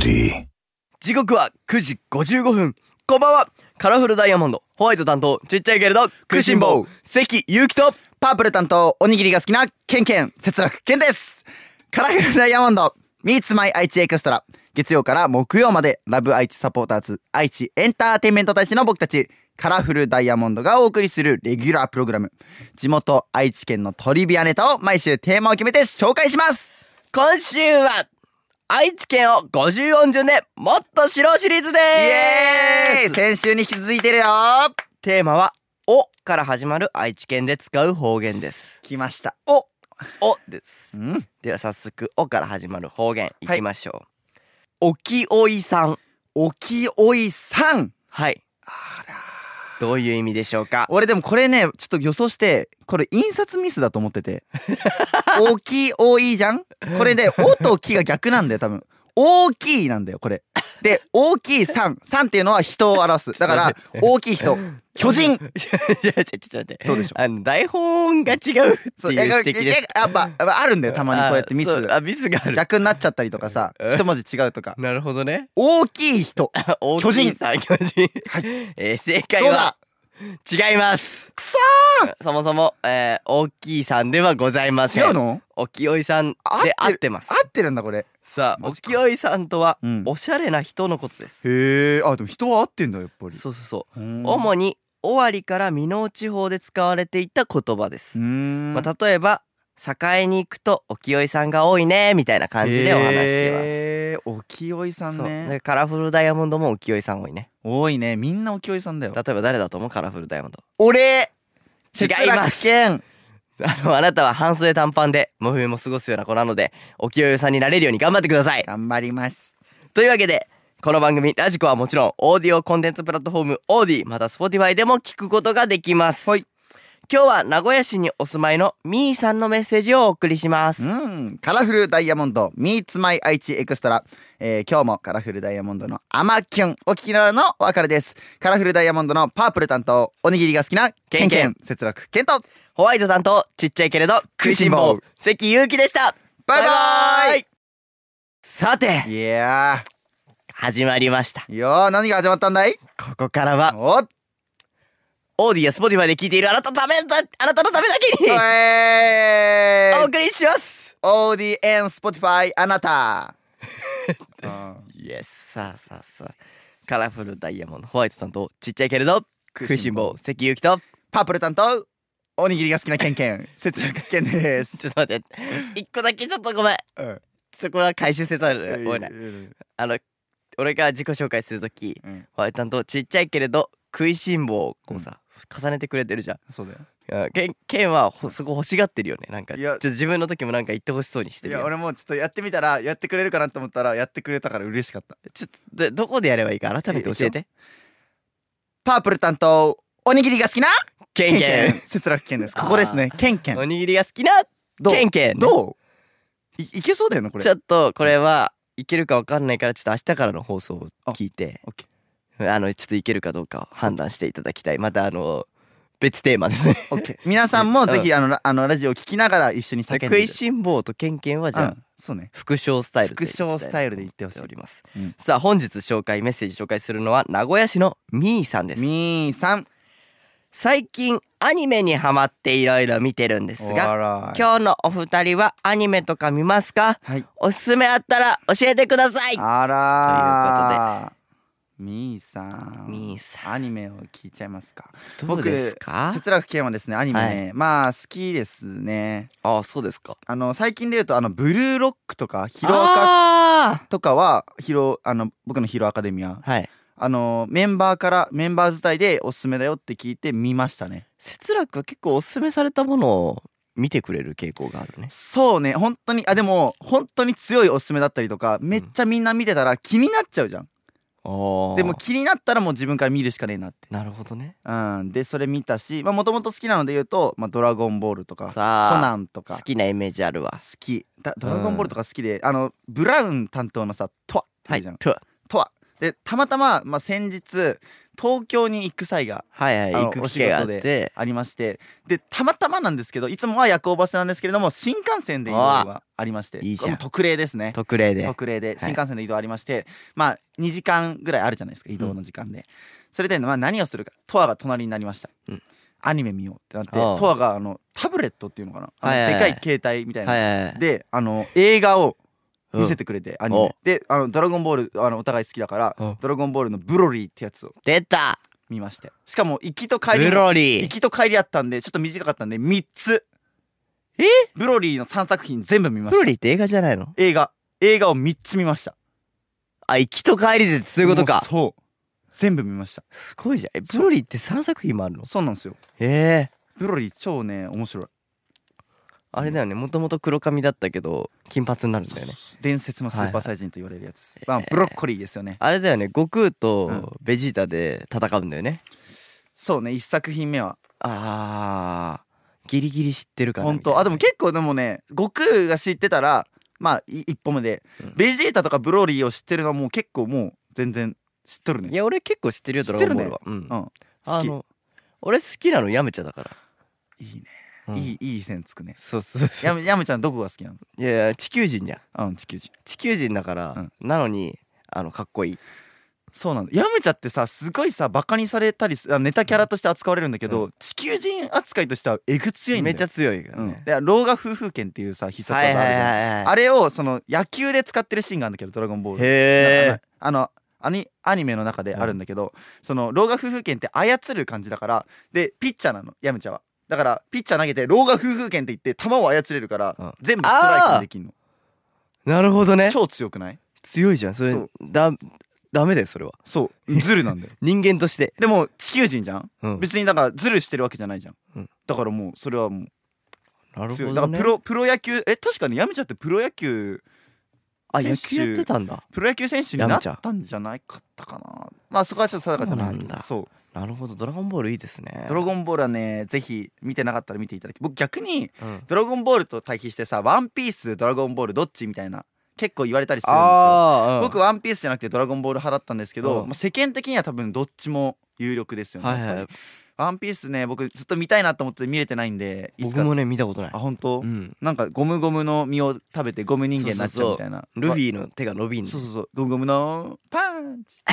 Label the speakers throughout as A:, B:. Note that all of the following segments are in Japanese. A: tea.
B: 時刻は9時55分こんばんはカラフルダイヤモンドホワイト担当ちっちゃいけれど食いしん坊関ゆうきと
C: パープル担当おにぎりが好きなケンケン節楽ケンですカラフルダイヤモンド Meets My 愛知エクストラ月曜から木曜までラブ愛知サポーターズ愛知エンターテインメント大使の僕たちカラフルダイヤモンドがお送りするレギュラープログラム地元愛知県のトリビアネタを毎週テーマを決めて紹介します
B: 今週は愛知県を50音順でもっと知ろうシリーズで
C: イエ
B: ー
C: ーイ
B: す
C: 先週に引き続いてるよ
B: テーマは「お」から始まる愛知県で使う方言です
C: 来ました
B: 「お」「お」です
C: うん
B: では早速「お」から始まる方言いきましょう、おきおいさん
C: おきおいさん
B: はいどういう意味でしょうか
C: 俺でもこれねちょっと予想してこれ印刷ミスだと思って て「大きい多い」じゃんこれで「お」と「き」が逆なんだよ多分「大きい」なんだよこれで「大きいさん」「さん」っていうのは人を表すだから「大きい人」「巨人
B: ちょちょちょちょ待って
C: どうでしょ
B: あの台本が違うって」
C: そう
B: い
C: え
B: う
C: え
B: 指摘です
C: えやっぱやっぱあるんだよたまにこうやってミ
B: あそ
C: ス
B: あミスがある
C: 逆になっちゃったりとかさ一文字違うとか
B: なるほどね
C: 「大きい人
B: 大きいさん巨人、えー正」解
C: どう
B: は
C: だ
B: 違いますくそーそもそも、えー、大きいさんではございません
C: 違うの
B: おきおいさんで合
C: 合ってる
B: ってます
C: 合ってるんだこれ
B: さあ
C: マ
B: お
C: ジ
B: きおいさんとは、
C: うん
B: おしゃれな人のことです
C: へえあでも人は合ってんだやっぱり
B: そうそうそうう、
C: ん
B: 主に尾張から美濃地方で使われていた言葉です、
C: うーん
B: まあ、例えば栄に行くとおきおいさんが多いねみたいな感じでお話しします、
C: えー、おきおいさん
B: そう
C: ね
B: でカラフルダイヤモンドもおきおいさん多いね
C: 多いねみんなおきおいさんだよ
B: 例えば誰だと思うカラフルダイヤモンド
C: 俺
B: 違います
C: 哲楽
B: あのあなたは半袖短パンでも冬も過ごすような子なのでおきおいさんになれるように頑張ってください
C: 頑張ります
B: というわけでこの番組ラジコはもちろんオーディオコンテンツプラットフォームオーディまた Spotify でも聞くことができます、
C: はい
B: 今日は名古屋市にお住まいのみーさんのメッセージをお送りします
C: うんカラフルダイヤモンド Meets My 愛知エクストラ、えー今日もカラフルダイヤモンドのアマキュンお聞きながらのお別れですカラフルダイヤモンドのパープル担当おにぎりが好きなケンケ
B: ケン
C: ン節楽ケント
B: ホワイト担当ちっちゃいけれど食いしん
C: 食いしん
B: 坊
C: 坊
B: 関ゆうきでした
C: バイバイ
B: さて
C: いや
B: 始まりました
C: ーいやー何が始まったんだい
B: ここからは
C: おっ
B: オーディやスポティファイで聞いているあなたのためだ あなたのためだけに
C: え
B: お
C: ー
B: 送りします
C: オーディエンスポティファイあなた、うん
B: イエスさあさあさあカラフルダイヤモンドホワイトさんとちっちゃいけれど食いしん坊関ゆうきと
C: パープル担当おにぎりが好きなケン ケン節楽ケンです、
B: ちょっと待って一個だけちょっとごめん
C: うん、
B: そこは回収せざるを得ないあの俺が自己紹介するとき
C: うん
B: ホワイトさんとちっちゃいけれど食いしん坊をこうさ、重ねてくれてるじゃん
C: そうだよ
B: あケンケンはほそこ欲しがってるよねなんか
C: い
B: ちょ
C: や
B: っと自分の時もなんか言ってほしそうにして
C: い
B: るや
C: や
B: ん
C: 俺もちょっとやってみたらやってくれるかなと思ったらやってくれたから嬉しかった
B: ちょっとでどこでやればいいか改めて教えて
C: パープル担当おにぎりが好きな
B: ケンケ
C: 節楽ケンですここですねケンケ
B: ンお
C: ン
B: にぎりが好きな
C: どう
B: ケンケンね
C: どういいけそうだよねこれ
B: ちょっとこれはいけるかわかんないからちょっと明日からの放送を聞いて
C: オッケ
B: あのちょっといけるかどうかを判断していただきたいまたあの別テーマです ね
C: オッケー皆さんもぜひあのラあのラジオを聞きながら一緒に叫んで
B: 食いしん坊とケンケンはじゃあ、
C: うんそうね
B: 副賞スタイルでいきたいなと
C: 副賞スタイルで言ってほしい
B: 思おります、
C: うん
B: さあ本日紹介メッセージ紹介するのは名古屋市のみーさんです
C: みーさん
B: 最近アニメにハマっていろいろ見てるんですが今日のお二人はアニメとか見ますか
C: はい
B: おすすめあったら教えてください
C: あらーみーさん
B: みーさん
C: アニメを聞いちゃいますか
B: どうですか
C: 節楽健はですねアニメね、まあ好きですね
B: あそうですか
C: あの最近で言うとあのブルーロックとかヒロアカ
B: あ
C: とかはヒロあの僕のヒロアカデミア
B: ーはい
C: あのメンバーからメンバー自体でおすすめだよって聞いて見ましたね
B: 節楽は結構おすすめされたものを見てくれる傾向があるね
C: そうね本当にあでも本当に強いおすすめだったりとかめっちゃみんな見てたら気になっちゃうじゃん、で
B: で
C: も気になったらもう自分から見るしかねえなって
B: なるほどね
C: うん、でそれ見たしもともと好きなので言うと「まあ、ドラゴンボール」とか「コ
B: さあ
C: ナン」とか
B: 好
C: 好
B: きなイメージあるわ
C: きだドラゴンボール」とか好きで、あのブラウン担当のさ「トワ」って
B: は
C: 言う
B: い
C: じゃん「
B: と
C: トワ」でたまたま、まあ、先日「東京に行く際が
B: はいはい
C: あの
B: 行く機会があっ
C: お仕事
B: て
C: ありましてでたまたまなんですけどいつもは夜行バスなんですけれども新幹線で移動がありまして
B: いいじゃん
C: これも特例ですね
B: 特例で
C: 特例で
B: い
C: 新幹線で移動ありまして、まあ2時間ぐらいあるじゃないですか移動の時間で、それで、まあ、何をするかトアが隣になりました、
B: うん
C: アニメ見ようってなって
B: ああ
C: トアがあのタブレットっていうのかなあの
B: はいはいはい
C: でかい携帯みたいな、
B: はいはいはい
C: であの映画を見せ
B: て
C: てくれて、アニメ
B: お
C: であの「ドラゴンボール」あのお互い好きだから
B: うん
C: 「ドラゴンボール」のブロリー」ってやつを
B: 出た
C: 見ましてしかも行きと
B: ブ
C: 帰りも
B: ロリ
C: 行
B: ー
C: きと帰りあったんでちょっと短かったんで3つ
B: え
C: ブロリーの3作品全部見ま
B: ブロ
C: した
B: リーって映画じゃないの
C: 映画映画を3つ見ました
B: あ行きと帰りでそういうこと
C: も
B: か
C: そう全部見ました
B: すごいじゃんえブ
C: そう
B: ロリーって3作品もあるの
C: そうなんですよ
B: へえ
C: ブロリー超ね面白い
B: あれだよねもともと黒髪だったけど金髪になるんだよね
C: 伝説のスーパーサイジンと言われるやつです、まあブロッコリーですよね
B: あれだよね悟空
C: う
B: と
C: ん
B: ベジータで戦うんだよね
C: そうね1作品目は
B: あーギリギリ知ってるから
C: 本当あでも
B: 結
C: 結構でもね悟空が知ってたらまあい一歩目で、
B: うん
C: ベジータとかブロリーを知ってるのはもう結構もう全然知っとる
B: 構い
C: ね
B: や俺結構知ってるよ
C: 知
B: ド
C: っ
B: ラ
C: て
B: ゴ
C: る
B: ンボー
C: ね
B: ルはうん
C: うん好
B: あ
C: き
B: の俺好きなのヤムチャだから
C: いい
B: う
C: ね、
B: ん
C: いいいい線つくね
B: そうそうそう
C: やむやむちゃんどこが好きなの
B: いやいや地球人じゃん
C: うん地球人
B: 地球人だから、
C: うん
B: なのにあのかっこいい
C: そうなんだヤムチャってさすごいさバカにされたりすあネタキャラとして扱われるんだけど、地球人扱いとしてはえぐ強いんだ
B: めっ
C: よ
B: ちゃ強いから
C: う
B: ね、
C: ん、で老眼夫婦剣っていうさ必殺技あ
B: はい
C: るじゃん、
B: はいはいはい
C: あれをその野球で使ってるシーンがあるんだけど「ドラゴンボール」
B: へえ
C: あのアニアニメの中であるんだけど、その老眼夫婦剣って操る感じだからでピッチャーなのヤムチャはだからピッチャー投げて老眼夫婦剣って言って球を操れるから、
B: うん
C: 全部ストライクにできるの
B: なるほどね
C: 超強くない
B: 強いじゃんそれ
C: そう
B: だダメだよ それは
C: そうズ ルなんだよ
B: 人間として、
C: でも地球人じゃん
B: うん、
C: 別にだからズルしてるわけじゃないじゃん、
B: うん
C: だからもうそれはも
B: な
C: う
B: る
C: 強い、
B: ほ
C: だか
B: どね
C: らプロプロ野球え確かにヤムチャってプロ野球
B: あ
C: 選
B: 野
C: 手
B: 球やってたんだ
C: プロ野球選手にな
B: や
C: っ
B: めちゃう
C: たんじゃないかったかなまあそこはちょっと定かじゃないけ
B: そうなん
C: ど
B: だ
C: そう
B: なるほどドラゴンボールいいですね
C: ドラゴンボールはねぜひ見てなかったら見ていただき僕逆にドラゴンボールと対比してさ「ワンピースドラゴンボールどっち?」みたいな結構言われたりするんですよ
B: ああ
C: 僕ワンピースじゃなくてドラゴンボール派だったんですけど、
B: うん
C: まあ、世間的には多分どっちも有力ですよね、
B: はいはい
C: やっぱりワンピースね僕ずっと見たいなと思って見れてないんでいつ
B: 僕
C: か
B: もね見たことない
C: あ本当、
B: うん
C: なんかゴムゴムの実を食べてゴム人間になっちゃうみたいな
B: ルフィの手が伸びんの
C: そうそうそうゴムゴムのパンチ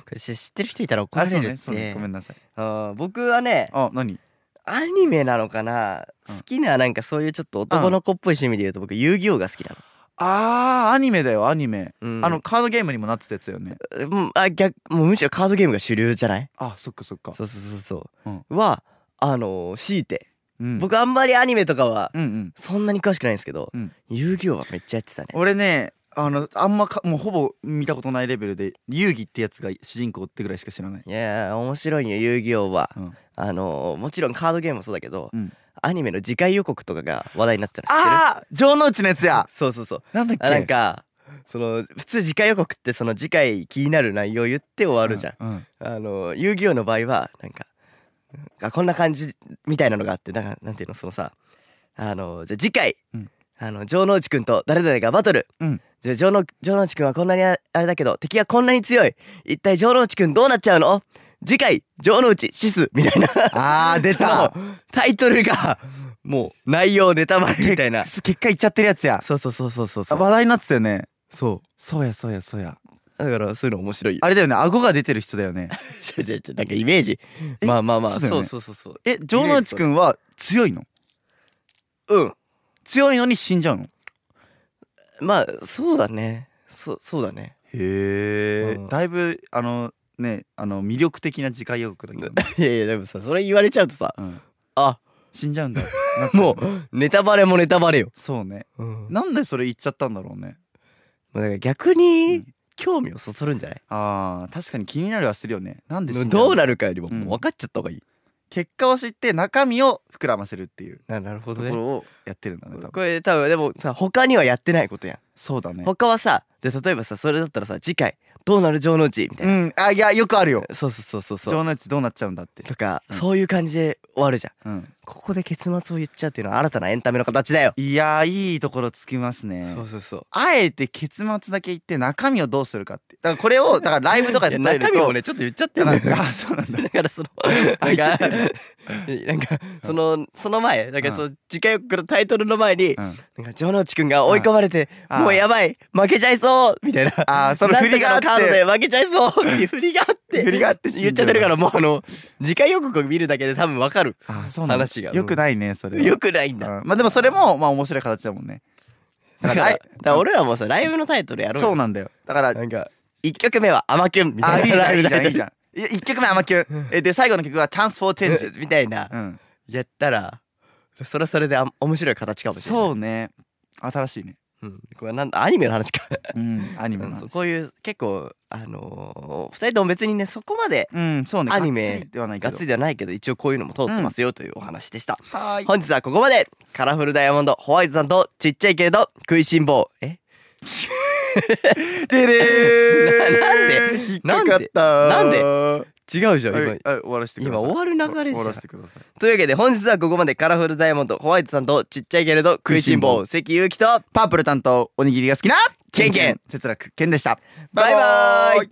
B: これ知ってる人いたら怒ら
C: あ
B: れ
C: そう
B: る
C: ね
B: っ
C: そうね
B: て
C: ごめんなさい
B: あー僕はね
C: あ何
B: アニメなのかな
C: うん
B: 好きななんかそういうちょっと男の子っぽい趣味で言うと僕遊戯王が好きな
C: あーアニメだよアニメ、
B: のうん
C: あのカードゲームにもなってたやつよね
B: うんあ逆もうむしろカードゲームが主流じゃない
C: あそっかそっか
B: そうそうそうそう
C: うん
B: はあのー強いて
C: うん
B: 僕あんまりアニメとかは
C: うんうん
B: そんなに詳しくないんですけど
C: うん
B: 遊戯王はめっちゃやってたね
C: 俺ねあのあんまかもうほぼ見たことないレベルで遊戯ってやつが主人公ってぐらいしか知らない
B: いやー面白いよ遊戯王は
C: うん
B: あのーもちろんカードゲームもそうだけど
C: うん
B: アニメの次回予告とかが話題になってたの知ってる
C: ああ城之内のやつや
B: そうそうそう
C: なんだっけ
B: あなんかその普通次回予告ってその次回気になる内容言って終わるじゃん、
C: ううん
B: あの遊戯王の場合はなんかあこんな感じみたいなのがあってなんかなんていうのそのさあのじゃあ次回、
C: うん
B: あの城之内くんと誰々がバトル、
C: うん
B: じゃあ城之城之内くんはこんなにああれだけど敵はこんなに強い一体城之内くんどうなっちゃうの次回城之内シスみたいな
C: あ ー出た
B: そのタイトルがもう内容ネタバレみたいな
C: 結果いっちゃってるやつや
B: そうそうそうそうそうそ
C: あ
B: う
C: 話題になってたよね
B: そう
C: そうやそうやそうや
B: だからそういうの面白いよ。
C: あれだよね顎が出てる人だよね
B: 違う違う違うなんかイメージ。
C: え
B: まあまあまあ。
C: そ
B: そうう,、
C: だよね
B: そうそうそう
C: え城之内くんは強いの
B: うん。
C: 強いのに死んじゃうの
B: まあそうだね。そうそうだね。
C: へ
B: うん
C: だいぶあのねあの魅力的な次回予告だけどね、
B: いやいやでもさそれ言われちゃうとさ
C: うん、
B: あ
C: 死んじ ゃうんだ
B: もう
C: う
B: ネタバレもネタバレよ。
C: そうね
B: うん。
C: なんでそれ言っちゃったんだろうね、
B: だから逆
C: う
B: に
C: ん
B: 興味をそそるんじゃない？
C: あー確かに気になるはするよねなんで死んだの
B: どうなるかよりも
C: うん
B: もう分かっちゃった方がいい。
C: 結果を知って中身を膨らませるっていう
B: ななるほ
C: ところ。をやってるんだね多分
B: これ多分でもさ他にはやってないことやん。
C: そうだね
B: 他はさで例えばさそれだったらさ次回どうなる城之内みたいうな。
C: んあいやよくあるよ
B: そうそうそうそうそう。
C: 情熱どうなっちゃうんだって
B: とか、
C: うん
B: そういう感じで終わるじゃん。
C: うん
B: ここで結末を言っちゃうっていうのは新たなエンタメの形だよ、
C: いやーいいところつきますね
B: そうそうそう
C: あえて結末だけ言って中身をどうするかってだからこれをだからライブとか
B: い
C: で
B: や
C: 捉える
B: 中身
C: と
B: もねちょっと言っちゃって
C: だ
B: るん
C: か
B: だよ
C: らあそうなんだ
B: だからその
C: あ
B: なん
C: 言っ
B: か
C: ちゃって
B: なんかそのその前なんかその次回予告のタイトルの前に
C: うん
B: なんか城之内くんが追い込まれて
C: うん
B: もうやばい負けちゃいそうみたいな
C: あーその振りが
B: なん
C: あっ
B: とかのカード
C: て
B: で負けちゃいそうっていう振りがあって
C: 振りがあって死んじゃう
B: 言っちゃってるからもうあの次回予告を見るだけで多分わかる
C: あーそうなんだ
B: 話が
C: よくないねそれは
B: よくないんだ
C: うんまあでもそれもまあ面白い形だもんね
B: だからだから俺らもさライブのタイトルやろう
C: そう
B: よ
C: なんだよだから
B: なんか1曲目は「アマキュン」みた
C: あいい
B: い
C: じ
B: な
C: ゃ
B: ラ
C: ん
B: イ
C: いい
B: ブ
C: じゃ
B: タ
C: んい
B: イ
C: い
B: ト
C: じゃんいや一曲目は「アマキュン」えで最後の曲は「チャンスフォーチェンジ
B: ルみたいな」
C: うん
B: やったらそれはそれであ面白い形かもしれない
C: そうね新しいね
B: うん、これなんだアニメの話か
C: うんアニメの話
B: そうこういう結構あのー、2人とも別にねそこまで
C: うんそうね
B: アニメ
C: がっつりではない
B: が
C: け
B: っ
C: ど
B: つりではないけど一応こういうのも通ってますよというお話でした、
C: はーい
B: 本日はここまでカラフルダイヤモンドホワイトさんとちっちゃいけれど食いしん坊え
C: でれー
B: ななんで
C: 引っかかった
B: なんで
C: は
B: 違うじゃん
C: いはい終わらせてください
B: 今終わる流れじゃん
C: 終わらせてください
B: というわけで本日はここまでカラフルダイヤモンドホワイトさんとちっちゃいけれど食いしん坊関ゆうきと
C: パープル担当おにぎりが好きな
B: ケンケン
C: 節楽ケンでした
B: バイバーイ